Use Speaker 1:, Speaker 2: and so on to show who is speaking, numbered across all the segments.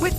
Speaker 1: With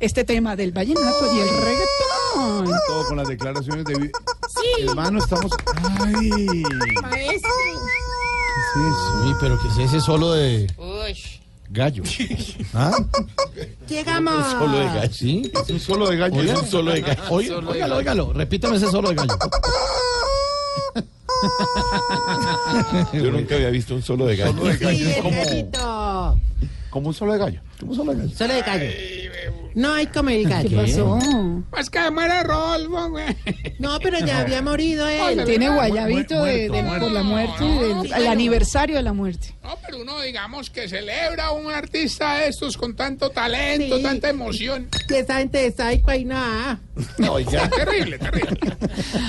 Speaker 2: este tema del vallenato y el reggaetón.
Speaker 3: Todo con las declaraciones de... Vi- Hermano, estamos... ¡Ay! ¿Qué
Speaker 4: Oh.
Speaker 3: es eso?
Speaker 5: Uy, pero que es ese solo de gallo. ¿Ah?
Speaker 2: Llegamos.
Speaker 5: Solo de gallo. Sí,
Speaker 3: Es un solo de gallo.
Speaker 5: es un solo de gallo. Oye, óigalo, óigalo. Repítame ese solo de gallo.
Speaker 6: Yo nunca había visto un solo de gallo.
Speaker 2: Gallito.
Speaker 3: Como un solo de gallo.
Speaker 5: ¿Cómo solo de gallo?
Speaker 2: Solo de gallo. No hay como el gallo.
Speaker 7: Más que muere Rolfo, güey.
Speaker 2: No, pero ya había morido él.
Speaker 8: Tiene guayabito de, de- por la muerte, del- el aniversario de la muerte.
Speaker 7: No, pero uno, digamos, que celebra a un artista de estos con tanto talento,
Speaker 2: Sí.
Speaker 7: tanta emoción.
Speaker 2: Que esa gente de Saico y nada.
Speaker 7: Está terrible, terrible.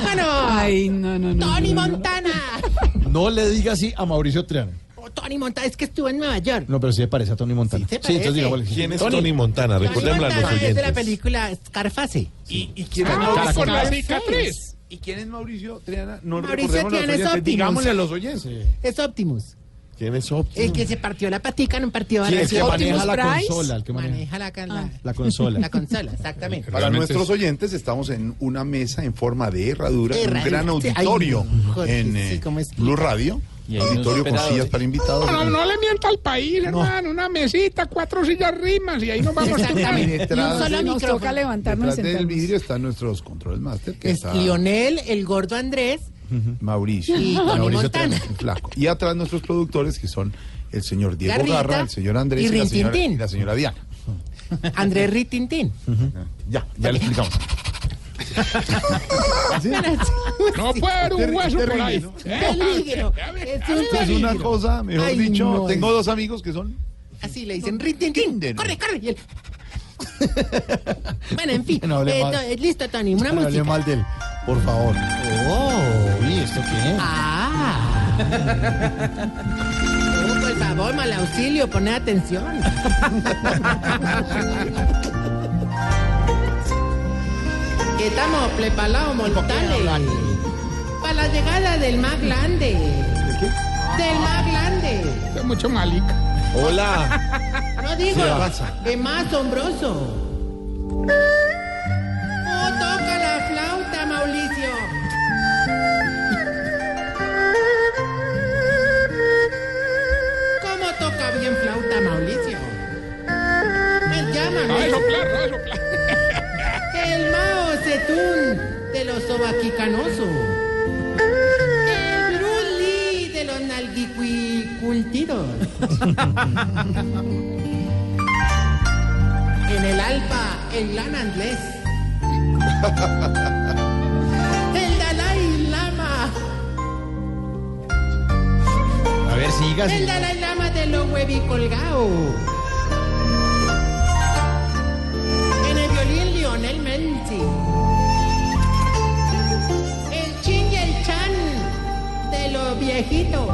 Speaker 2: Bueno,
Speaker 8: Ay, no, no, no.
Speaker 2: Ah. Tony
Speaker 8: no, no.
Speaker 2: Montana.
Speaker 5: No le diga así a Mauricio Triana.
Speaker 2: Oh, Tony Montana, es que estuvo en Nueva York.
Speaker 5: No, pero sí le parece a Tony Montana.
Speaker 2: Sí, se
Speaker 5: entonces diga,
Speaker 2: parece.
Speaker 5: bueno, sí.
Speaker 6: ¿Quién es Tony, Montana?
Speaker 2: Tony
Speaker 6: Recordémoslo a los
Speaker 2: Montana es de la
Speaker 6: oyentes.
Speaker 2: película Scarface.
Speaker 3: ¿Y quién es
Speaker 7: Ah,
Speaker 3: Mauricio
Speaker 7: con la
Speaker 3: Triana?
Speaker 7: cicatriz.
Speaker 3: ¿Y quién es Mauricio Triana? No
Speaker 2: Mauricio
Speaker 3: recordemos
Speaker 2: Triana
Speaker 3: los
Speaker 2: es
Speaker 3: oyentes.
Speaker 2: Optimus.
Speaker 3: Digámosle a los oyentes.
Speaker 2: Es Optimus.
Speaker 6: ¿Quién es Optimus?
Speaker 2: El que se partió la patica en un partido de
Speaker 5: ¿Quién es que
Speaker 2: oración.
Speaker 5: maneja la
Speaker 8: Price?
Speaker 5: consola? El que maneja
Speaker 2: Maneja la, la,
Speaker 5: la consola.
Speaker 2: la consola, exactamente.
Speaker 3: Para
Speaker 6: Realmente
Speaker 3: nuestros
Speaker 6: es-
Speaker 3: oyentes estamos en una mesa en forma de herradura, en un
Speaker 2: Herradura.
Speaker 3: gran
Speaker 2: Sí, ay,
Speaker 3: auditorio
Speaker 2: no, Jorge,
Speaker 3: en
Speaker 2: sí,
Speaker 3: eh,
Speaker 2: ¿cómo explica?
Speaker 3: Blue Radio, auditorio con sillas para invitados.
Speaker 7: No, no le mienta al país, hermano. Una mesita, cuatro sillas rimas y ahí nos vamos a
Speaker 2: Exactamente.
Speaker 7: estar.
Speaker 3: Y detrás,
Speaker 2: Y un solo
Speaker 8: Nos
Speaker 2: micrófono.
Speaker 8: toca levantarnos
Speaker 3: detrás
Speaker 8: y
Speaker 3: del
Speaker 8: sentarnos.
Speaker 3: vidrio están nuestros controles master, que
Speaker 2: Es
Speaker 3: está
Speaker 2: Lionel, el gordo Andrés.
Speaker 3: Mauricio,
Speaker 2: Y Tony
Speaker 3: Mauricio
Speaker 2: Montana.
Speaker 3: Triana, el flaco. Y atrás nuestros productores que son el señor Diego
Speaker 2: Garrita
Speaker 3: Garra, el señor Andrés
Speaker 2: y
Speaker 3: la, señora,
Speaker 2: Rintintín.
Speaker 3: y la señora Diana.
Speaker 2: Andrés Ritintín.
Speaker 3: Ya, ya le explicamos. ¿Sí?
Speaker 7: No puede haber un
Speaker 3: Terrible,
Speaker 7: hueso por
Speaker 3: terrible,
Speaker 7: ahí.
Speaker 3: ¿no?
Speaker 2: Peligro.
Speaker 7: A ver,
Speaker 2: Es
Speaker 7: a
Speaker 2: un
Speaker 7: ver.
Speaker 5: pues
Speaker 3: Es una
Speaker 2: peligro.
Speaker 3: cosa, mejor
Speaker 2: Ay,
Speaker 3: dicho,
Speaker 2: no,
Speaker 3: tengo dos amigos que son
Speaker 2: Así le dicen Ritintín. Corre, corre. y él- bueno, en fin.
Speaker 5: No hable
Speaker 2: Eh,
Speaker 5: mal.
Speaker 2: to- eh, listo, Tony. Una
Speaker 5: No hable
Speaker 2: música.
Speaker 5: mal de él, por favor. Oh, uy, ¿esto qué es?
Speaker 2: Ah. Oh, por favor, mal auxilio, poned atención. Que Estamos preparados, mortales. Para la llegada del más grande. Del más grande.
Speaker 7: Es mucho malica.
Speaker 6: Hola.
Speaker 2: No digo, es más asombroso. No toca la flauta, Mauricio. ¿Cómo toca bien flauta, Mauricio? Me
Speaker 7: No de
Speaker 2: llaman
Speaker 7: soplar, no de soplar.
Speaker 2: el Mao Zedong de los sobaquicanosos. El Bruce Lee de los nalguicultidos. En el Alpa, el gran Andrés. El Dalai Lama.
Speaker 5: A ver, siga.
Speaker 2: El
Speaker 5: siga.
Speaker 2: Dalai Lama de los huevicolgaos. En el violín, Lionel Melzi. El Chin y el Chan de los viejitos.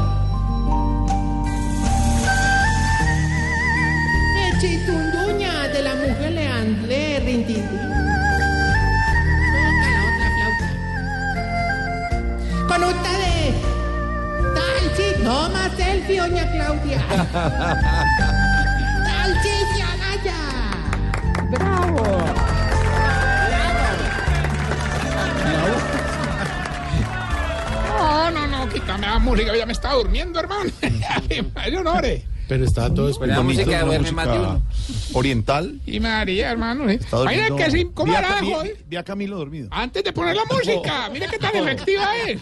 Speaker 2: El Chitunduña de la mujer Leandre Rintintí. Toca la otra flauta. Con ustedes. Talchi, no más selfie, doña Claudia. Talchi y agalla.
Speaker 7: No, no, no, quítame la música, ya me estaba durmiendo, hermano. Yo no ore.
Speaker 5: Pero está todo
Speaker 3: La
Speaker 5: esperando.
Speaker 3: música, oriental.
Speaker 7: Y María, hermano. ¿eh?
Speaker 3: Está
Speaker 7: Mira
Speaker 3: dormido.
Speaker 7: que sí, ¿cómo eh?
Speaker 3: Vi a
Speaker 7: hará,
Speaker 3: Cami-
Speaker 7: joder?
Speaker 3: Vi a Camilo dormido.
Speaker 7: Antes de poner la música, mira qué tan efectiva es.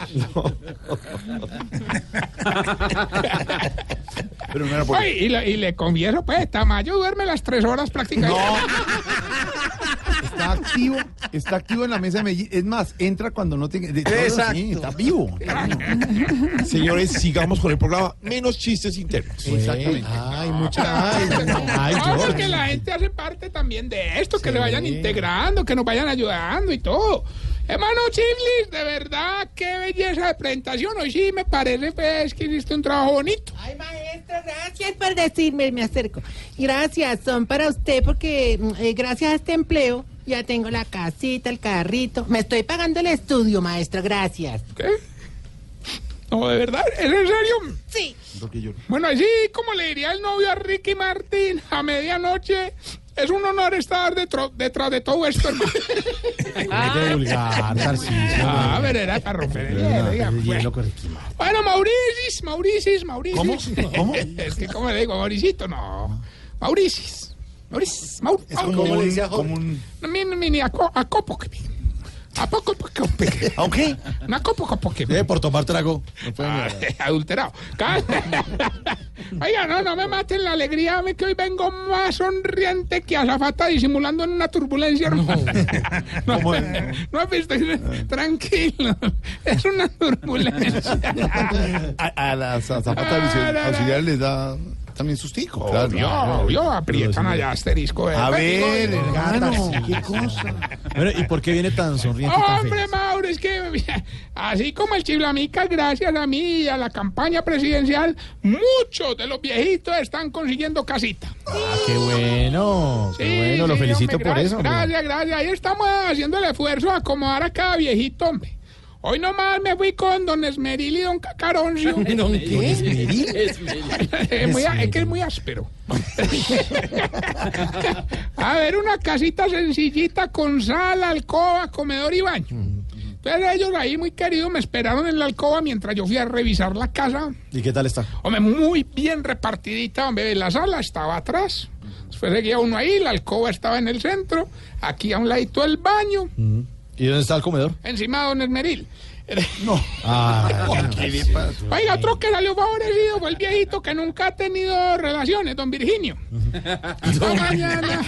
Speaker 3: Pero no era por
Speaker 7: Ay, y, le, y le confieso, pues, Tamayo duerme las tres horas prácticamente.
Speaker 3: No. está activo, está activo en la mesa de Medellín. Es más, entra cuando no tiene. de-
Speaker 6: Exacto.
Speaker 3: Sí, está vivo. está vivo.
Speaker 6: Señores, sigamos con el programa. Menos chistes internos.
Speaker 2: Pues,
Speaker 3: Exactamente.
Speaker 5: Ay,
Speaker 3: ah,
Speaker 5: mucha. Ay, ay,
Speaker 2: No,
Speaker 5: George.
Speaker 2: porque la gente hace parte también de esto, que le vayan integrando, que nos vayan ayudando y todo. Hermano Chiblis, de verdad, qué belleza de presentación. Hoy sí me parece pues, que hiciste un trabajo bonito.
Speaker 9: Ay, maestro, gracias por decirme, me acerco. Gracias, son para usted porque mm, eh, gracias a este empleo ya tengo la casita, el carrito. Me estoy pagando el estudio, maestro, gracias.
Speaker 2: ¿Qué? No, de verdad, ¿es en serio?
Speaker 9: Sí.
Speaker 2: Bueno, así como le diría el novio a Ricky Martín a medianoche, es un honor estar detro- detrás de todo esto, hermano.
Speaker 5: Qué vulgar, Tarcisio.
Speaker 2: Ah, a ver, era para romper el hielo, diga,
Speaker 5: Ay,
Speaker 2: pues.
Speaker 5: hielo con Ricky Martin.
Speaker 2: Bueno, Mauricis, Mauricis, Mauricis.
Speaker 5: ¿Cómo? ¿Cómo?
Speaker 2: es que, ¿cómo le digo? Mauricito, no. Mauricis. Mauricis, Maur-
Speaker 3: Es como,
Speaker 2: Maur-
Speaker 3: un-
Speaker 5: le decía Jorge.
Speaker 3: como un-
Speaker 2: No, mi- mi- mi- a co- a copo que mi- A poco, poco, que-
Speaker 5: ¿Ah, ¿Qué?
Speaker 2: Na copo, copo que mi-
Speaker 5: Eh, por tomar trago. No puede ni
Speaker 2: Ah,
Speaker 5: hablar.
Speaker 2: Adulterado. Ca- Oiga, no, no me maten la alegría, hombre, que hoy vengo más sonriente que azafata disimulando en una turbulencia. No, no, no has visto, tranquilo, es una turbulencia.
Speaker 3: A, a las
Speaker 2: Ah,
Speaker 3: zapatas auxiliares les da también sustico. Claro.
Speaker 2: Obvio, obvio, aprietan allá asterisco. eh.
Speaker 3: A ver,
Speaker 2: Digo,
Speaker 3: hermano,
Speaker 5: qué cosa. Bueno, ¿y por qué viene tan sonriente y tan
Speaker 2: Hombre,
Speaker 5: feliz?
Speaker 2: Mauro, es que así como el Chiblamica, gracias a mí y a la campaña presidencial, muchos de los viejitos están consiguiendo casita.
Speaker 5: Ah, qué bueno. Qué
Speaker 2: Sí,
Speaker 5: bueno, lo
Speaker 2: sí,
Speaker 5: felicito
Speaker 2: hombre,
Speaker 5: por
Speaker 2: gracias,
Speaker 5: eso. hombre.
Speaker 2: Gracias, gracias. Ahí estamos haciendo el esfuerzo de acomodar a cada viejito, hombre. Hoy nomás me fui con don Esmeril y don Cacaroncio. es, muy a- es que es muy áspero. a ver, una casita sencillita con sala, alcoba, comedor y baño. Entonces ellos ahí, muy queridos, me esperaron en la alcoba mientras yo fui a revisar la casa.
Speaker 5: ¿Y qué tal está?
Speaker 2: Hombre, muy bien repartidita, hombre. La sala estaba atrás. Después seguía uno ahí, la alcoba estaba en el centro. Aquí a un ladito el baño.
Speaker 5: ¿Y dónde está el comedor?
Speaker 2: Encima de Don Esmeril. No.
Speaker 5: Ah,
Speaker 2: Oiga, otro que salió favorecido fue el viejito que nunca ha tenido relaciones, don Virginio. Esta mañana.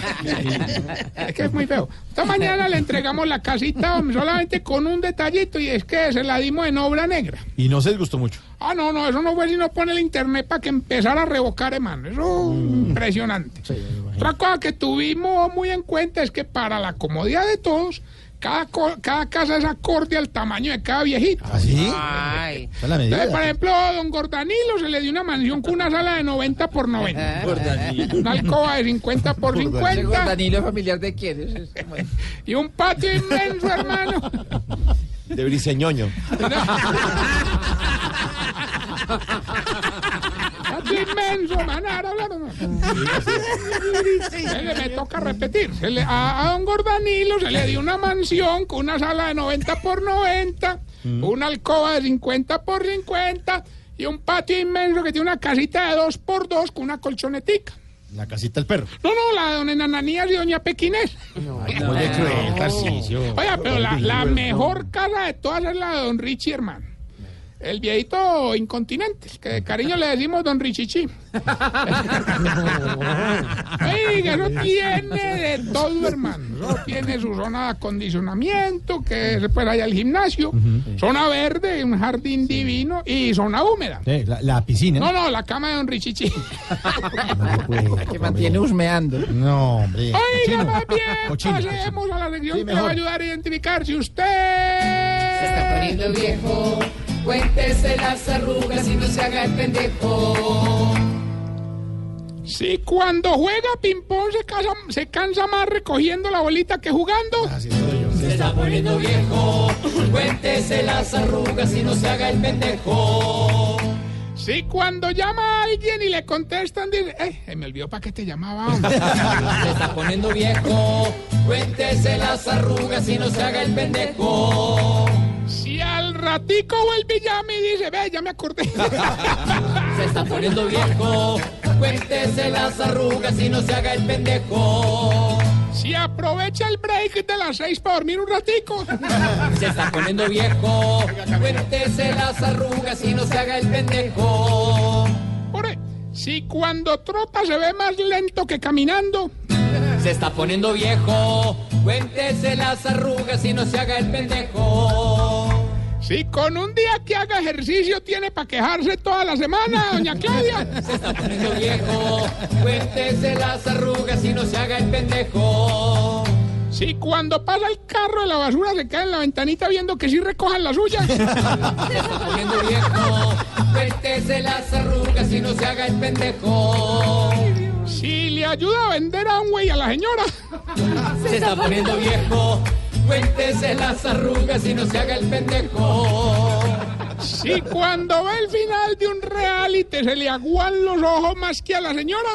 Speaker 2: es que es muy feo. Esta mañana le entregamos la casita, hombre, solamente con un detallito y es que se la dimos en obra negra.
Speaker 5: y no se disgustó mucho.
Speaker 2: Ah, no, no, eso no fue no pone el internet para que empezara a revocar, hermano. Eso impresionante. Otra cosa que tuvimos muy en cuenta es que para la comodidad de todos, cada, co- cada casa es acorde al tamaño de cada viejito.
Speaker 5: ¿Así?
Speaker 9: Ay.
Speaker 5: Está la
Speaker 2: Entonces, por
Speaker 5: medida.
Speaker 2: ejemplo, a don Gordanilo se le dio una mansión con una sala de 90 por 90. Una alcoba de 50 por 50
Speaker 9: Danilo, familiar de quién es.
Speaker 2: y un patio inmenso, hermano.
Speaker 6: De briseñoño.
Speaker 2: Patio inmenso, hermano. Ahora hablaron, ¿no? Se le- me toca repetir. Se le- a, a don Gordanilo se le dio una mansión con una sala de 90 por 90, una alcoba de 50 por 50 y un patio inmenso que tiene una casita de 2 por 2 con una colchonetica.
Speaker 5: La casita del perro.
Speaker 2: No, no, la de don Enananías y doña Pequinés.
Speaker 5: No le creo, Tarcisio.
Speaker 2: Oiga, pero la, la mejor casa de todas es la de don Richie, hermano. El viejito incontinente, que de cariño le decimos don Richichi. Oiga, eso tiene de todo, hermano. Eso tiene su zona de acondicionamiento, que después hay el gimnasio, zona verde, un jardín divino y zona húmeda.
Speaker 5: Eh, la, la piscina.
Speaker 2: No, no, la cama de don Richichi.
Speaker 5: que mantiene husmeando. No, hombre.
Speaker 2: Oiga,
Speaker 5: Cochino.
Speaker 2: más bien,
Speaker 5: Cochino, cochino.
Speaker 2: pasemos a la sección
Speaker 5: Sí,
Speaker 2: que le va
Speaker 5: mejor.
Speaker 2: a ayudar a identificar si usted...
Speaker 9: está poniendo viejo. Cuéntese las arrugas y no se haga el pendejo.
Speaker 2: Si cuando juega ping-pong se, casa- se cansa más recogiendo la bolita que jugando.
Speaker 5: Así Ah, soy yo.
Speaker 9: Se está poniendo viejo. Cuéntese las arrugas y no se haga el pendejo.
Speaker 2: Si cuando llama a alguien y le contestan, dice, eh, se me olvidó para qué te llamaba. hombre".
Speaker 9: Se está poniendo viejo. Cuéntese las arrugas y no se haga el pendejo.
Speaker 2: si al ratico vuelve y llama y dice, ve, ya me acordé.
Speaker 9: Se está poniendo viejo. Cuéntese las arrugas y no se haga el pendejo.
Speaker 2: si aprovecha el break de las seis para dormir un ratico.
Speaker 9: Se está poniendo viejo. Cuéntese las arrugas y no se haga el pendejo.
Speaker 2: Ore, si cuando trota se ve más lento que caminando.
Speaker 9: Se está poniendo viejo.
Speaker 10: Cuéntese las arrugas y no se haga el pendejo.
Speaker 2: Si con un día que haga ejercicio tiene para quejarse toda la semana, doña Claudia.
Speaker 10: Se está poniendo viejo. Cuéntese las arrugas y no se haga el pendejo.
Speaker 2: Si cuando pasa el carro de la basura se cae en la ventanita viendo que sí recojan las suyas.
Speaker 10: Se está poniendo viejo. Cuéntese las arrugas y no se haga el pendejo.
Speaker 2: Si le ayuda a vender a un güey a la señora.
Speaker 10: Se está poniendo viejo. Cuéntese las arrugas y no se haga el pendejo.
Speaker 2: Si cuando ve el final de un reality se le aguan los ojos más que a la señora.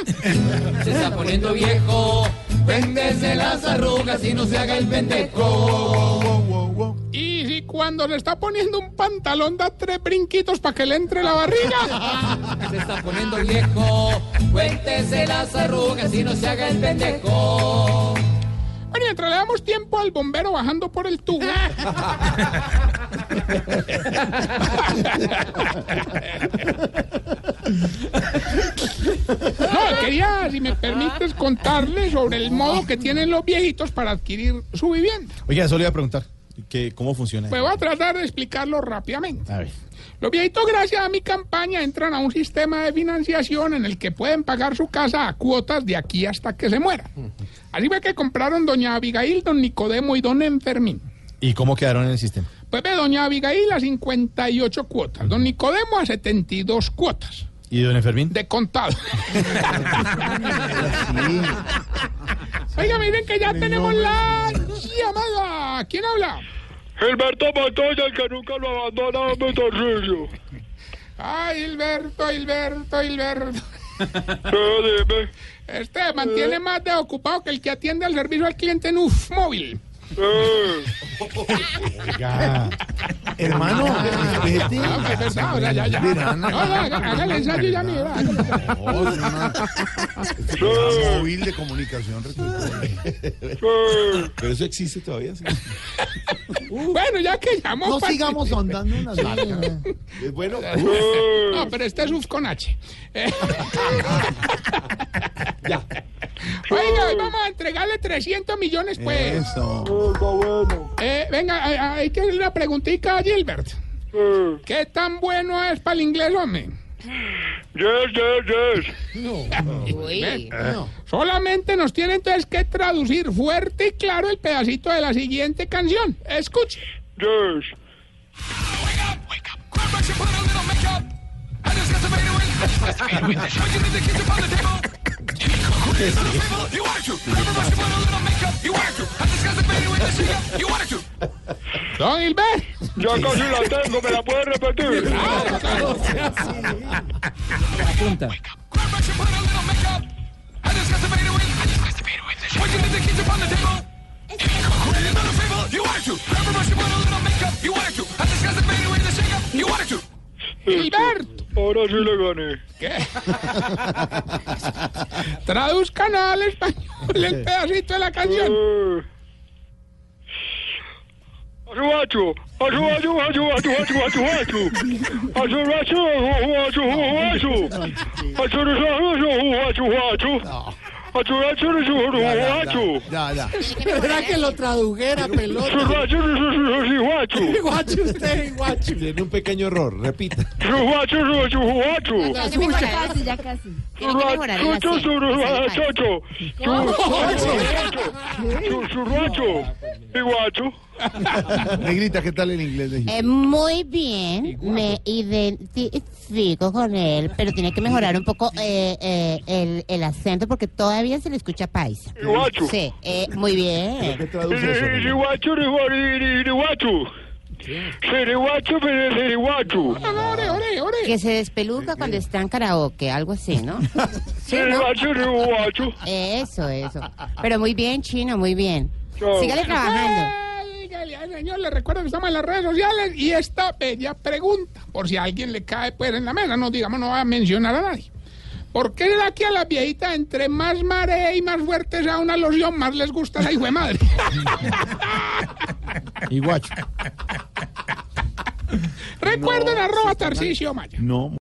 Speaker 10: Se está poniendo viejo. Cuéntese las arrugas y no se haga el pendejo.
Speaker 2: Y si cuando le está poniendo un pantalón da tres brinquitos para que le entre la barriga.
Speaker 10: Se está poniendo viejo. Cuéntese las arrugas y no se haga el pendejo.
Speaker 2: Y mientras le damos tiempo al bombero bajando por el tubo. No, quería, si me permites, contarle sobre el modo que tienen los viejitos para adquirir su vivienda.
Speaker 5: Oiga, eso le iba a preguntar. ¿Qué, ¿Cómo funciona?
Speaker 2: Pues voy a tratar de explicarlo rápidamente.
Speaker 5: A ver.
Speaker 2: Los viejitos, gracias a mi campaña, entran a un sistema de financiación en el que pueden pagar su casa a cuotas de aquí hasta que se muera. Así fue que compraron doña Abigail, don Nicodemo y don Enfermín.
Speaker 5: ¿Y cómo quedaron en el sistema?
Speaker 2: Pues ve doña Abigail a 58 cuotas, don Nicodemo a 72 cuotas.
Speaker 5: ¿Y don Enfermín?
Speaker 2: De contado. Oiga, miren que ya tenemos la llamada. ¿Quién habla?
Speaker 11: Gilberto Montoya, el que nunca lo abandona, mi torcillo.
Speaker 2: Ay, Gilberto, Gilberto, Gilberto.
Speaker 11: ¿Qué dime?
Speaker 2: Este mantiene más desocupado que el que atiende al servicio al cliente en UF móvil.
Speaker 11: Eh,
Speaker 5: Oiga. Hermano, respete.
Speaker 2: No, pues, es verdad, o sea, ya, ya. No, no, haga- hágale ensayo y ya mira.
Speaker 3: No, es una- es un móvil de comunicación.
Speaker 11: eh.
Speaker 6: Pero eso existe todavía. sí.
Speaker 2: Bueno, ya que llamó.
Speaker 5: No
Speaker 2: para-
Speaker 5: sigamos andando en las largas.
Speaker 6: Es bueno.
Speaker 11: Mm.
Speaker 2: No, pero este es UF con H. Eh.
Speaker 6: Ya.
Speaker 2: Oiga, hoy vamos a entregarle 300 millones, pues.
Speaker 5: Eso.
Speaker 11: Eh, Está bueno.
Speaker 2: Eh, venga, hay- hay que hacerle una preguntita a Gilbert.
Speaker 11: Eh,
Speaker 2: ¿Qué tan bueno es para el inglés, hombre?
Speaker 11: Yes, yes, yes.
Speaker 2: Solamente nos tiene entonces que traducir fuerte y claro el pedacito de la siguiente canción. Escuche.
Speaker 11: Yes.
Speaker 2: Don Gilbert.
Speaker 11: Ya casi la tengo, ¿me la puedes repetir?
Speaker 10: Punta.
Speaker 2: Gilbert.
Speaker 11: Ahora sí le gané.
Speaker 2: Traduzcan al español el pedacito de la canción.
Speaker 11: Eh. Achuachu, achuachu, achuachu, achuachu, achuachu. Achuachu, achuachu, achuachu. Achuachu, achuachu, achuachu. Achuachu, achuachu, achuachu.
Speaker 3: Ya, ya.
Speaker 9: ¿Verdad que lo tradujera, pelota?
Speaker 11: Achuachu, achuachu,
Speaker 9: Guache usted, guache.
Speaker 6: Tiene un pequeño error, repita.
Speaker 11: achuachu, achuachu, achuachu.
Speaker 12: Ya casi, ya casi. Tiene que mejorar el
Speaker 11: Churracho,
Speaker 12: acento,
Speaker 11: churra-
Speaker 12: es el
Speaker 11: chocho. Churracho. Churracho. Y guacho.
Speaker 3: Negrita, ¿qué tal el inglés de Egipto?
Speaker 12: Eh, muy bien, me identifico con él, pero tiene que mejorar un poco eh, eh, el, el acento porque todavía se le escucha paisa.
Speaker 11: Y guacho.
Speaker 12: Sí, eh, muy bien.
Speaker 6: ¿Qué
Speaker 11: Y-
Speaker 6: traduce eso?
Speaker 11: y- y guacho, y guacho, y guacho. Sí, y guacho, pero y guacho.
Speaker 2: No, no, ore, ore, ore.
Speaker 12: Que se despeluca cuando está en karaoke, algo así, ¿no?
Speaker 11: Sí, y guacho, y guacho.
Speaker 12: Eso, eso. Pero muy bien, chino, muy bien.
Speaker 11: Chao.
Speaker 12: Sígale trabajando.
Speaker 2: Ay, Galia, Señor, les recuerdo que estamos en las redes sociales y esta bella pregunta, por si a alguien le cae pues en la mesa, no digamos, no va a mencionar a nadie. ¿Por qué será que a las viejitas entre más marea y más fuerte sea una loción, más les gusta la hijo de madre?
Speaker 5: Y guacho.
Speaker 2: Recuerden arroba Tarcisio Maya.
Speaker 3: No.